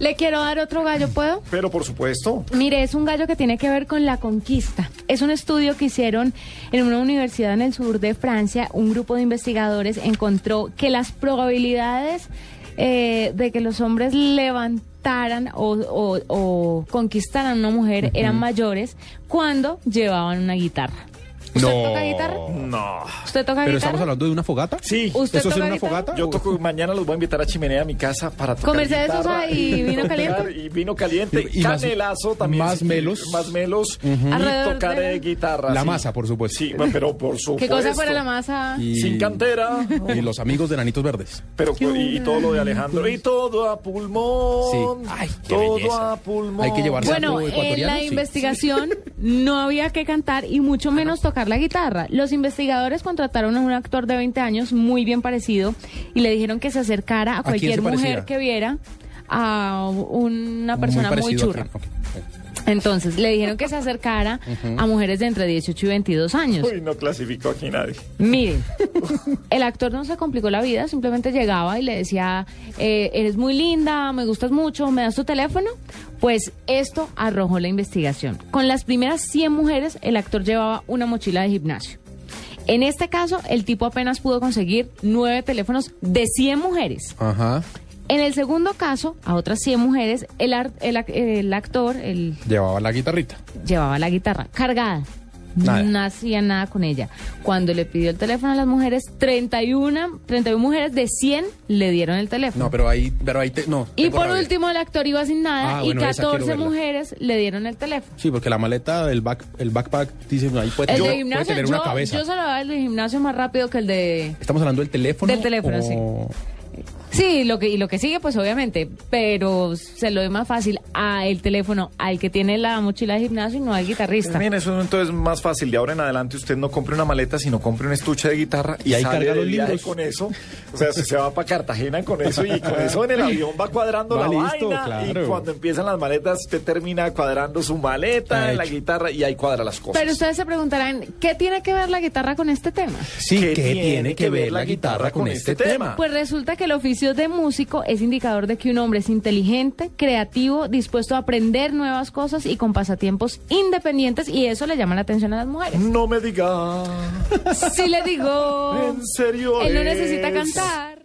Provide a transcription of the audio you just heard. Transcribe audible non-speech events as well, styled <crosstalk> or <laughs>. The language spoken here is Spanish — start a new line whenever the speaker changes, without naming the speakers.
Le quiero dar otro gallo, ¿puedo?
Pero por supuesto.
Mire, es un gallo que tiene que ver con la conquista. Es un estudio que hicieron en una universidad en el sur de Francia. Un grupo de investigadores encontró que las probabilidades eh, de que los hombres levantaran o, o- o conquistaran a una mujer eran mayores cuando llevaban una guitarra. ¿Usted toca guitarra?
No.
¿Usted toca
Pero
guitarra?
estamos hablando de una fogata.
Sí.
¿Usted
¿Esto es
toca
en una
guitarra?
fogata?
Yo toco, mañana los voy a invitar a Chimenea a mi casa para tocar
¿Comerse de
guitarra
sosa y vino caliente?
Y vino caliente,
Y más-
canelazo también.
más
si quiere,
melos.
Más melos y
Alrededor
tocar
de-
eh, guitarra.
La
sí.
masa, por supuesto.
Sí, bueno, pero por
<laughs>
supuesto.
¿Qué cosa fuera la masa?
Y-
Sin cantera.
Y los amigos de Nanitos Verdes.
Pero, y, y todo lo de Alejandro. Y todo a pulmón.
Sí. Ay, qué
todo
belleza.
a pulmón.
Hay que llevarse a-
Bueno,
algo
en
ecuatoriano,
la
sí. Ah,
investigación no había que cantar y mucho menos tocar la guitarra. Los investigadores contrataron a un actor de 20 años muy bien parecido y le dijeron que se acercara a
quién se
cualquier mujer
parecía?
que viera a una persona muy,
parecido a
churra.
Ken. Ok.
Entonces le dijeron que se acercara a mujeres de entre 18 y 22 años.
Uy, no clasificó aquí nadie.
Miren, el actor no se complicó la vida, simplemente llegaba y le decía, eh, eres muy linda, me gustas mucho, me das tu teléfono. Pues esto arrojó la investigación. Con las primeras 100 mujeres, el actor llevaba una mochila de gimnasio. En este caso, el tipo apenas pudo conseguir nueve teléfonos de 100 mujeres.
Ajá.
En el segundo caso, a otras 100 mujeres, el, ar- el ac- el actor, el
Llevaba la guitarrita.
llevaba la guitarra cargada.
Nada.
No hacía nada con ella. Cuando le pidió el teléfono a las mujeres, 31, 31 mujeres de 100 le dieron el teléfono.
No, pero ahí, pero ahí te, no.
y
tengo
por
rabia.
último, el actor iba sin nada
Ah,
y
bueno, esa quiero
14
verla.
mujeres le dieron el teléfono.
Sí, porque la maleta del back, el backpack dice ahí puede,
El
tener-
de
puede
gimnasio,
tener
yo,
una cabeza.
yo se lo daba el de gimnasio más rápido que el de...
Estamos hablando del teléfono.
Del teléfono,
o-
Sí, lo que, y lo que sigue, pues obviamente, pero se lo doy más fácil a el teléfono al que tiene la mochila de gimnasio y no al guitarrista.
Miren, eso entonces es más fácil. De ahora en adelante usted no compre una maleta, sino compre un estuche de guitarra y,
Y ahí
sale
carga
de
los
viaje
libros.
con eso. O sea, se, se va para Cartagena con eso y con eso en el avión va cuadrando
Va
la
listo,
vaina. Y
claro.
cuando empiezan las maletas, usted termina cuadrando su maleta,
Está
la
hecho.
guitarra y ahí cuadra las cosas.
Pero ustedes se preguntarán, ¿qué tiene que ver la guitarra con este tema?
Sí, ¿qué, tiene que ver la guitarra con este
Ah.
tema?
Pues resulta que el oficio de músico es indicador de que un hombre es inteligente, creativo, dispuesto a aprender nuevas cosas y con pasatiempos independientes y eso le llama la atención a las
<laughs>
mujeres.
No me diga,
Sí le digo,
en serio. eh,
él no
es?
necesita cantar.